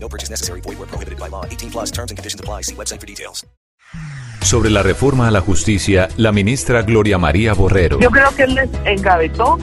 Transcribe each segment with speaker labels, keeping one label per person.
Speaker 1: No purchase necessary. Void where prohibited by law. 18 plus terms and conditions apply. See website for details.
Speaker 2: Sobre la reforma a la justicia, la ministra Gloria María Borrero.
Speaker 3: Yo creo que él les engavetó,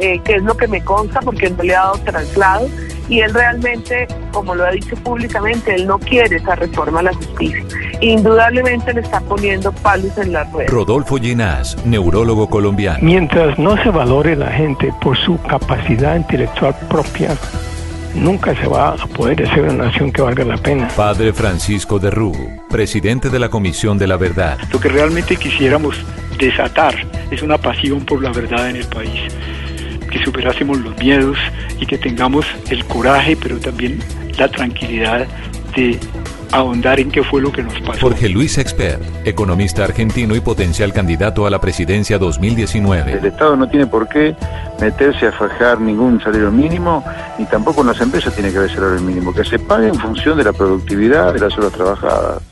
Speaker 3: eh, que es lo que me consta, porque no le ha dado traslado. Y él realmente, como lo ha dicho públicamente, él no quiere esa reforma a la justicia. Indudablemente le está poniendo palos en la rueda.
Speaker 2: Rodolfo Ginás, neurólogo colombiano.
Speaker 4: Mientras no se valore la gente por su capacidad intelectual propia, nunca se va a poder hacer una nación que valga la pena.
Speaker 2: Padre Francisco de Rubo, presidente de la Comisión de la Verdad.
Speaker 5: Lo que realmente quisiéramos desatar es una pasión por la verdad en el país. Que superásemos los miedos y que tengamos el coraje, pero también la tranquilidad de ahondar en qué fue lo que nos pasó.
Speaker 2: Jorge Luis Expert, economista argentino y potencial candidato a la presidencia 2019.
Speaker 6: El Estado no tiene por qué meterse a fajar ningún salario mínimo, ni tampoco en las empresas tiene que haber salario mínimo, que se pague en función de la productividad de las horas trabajadas.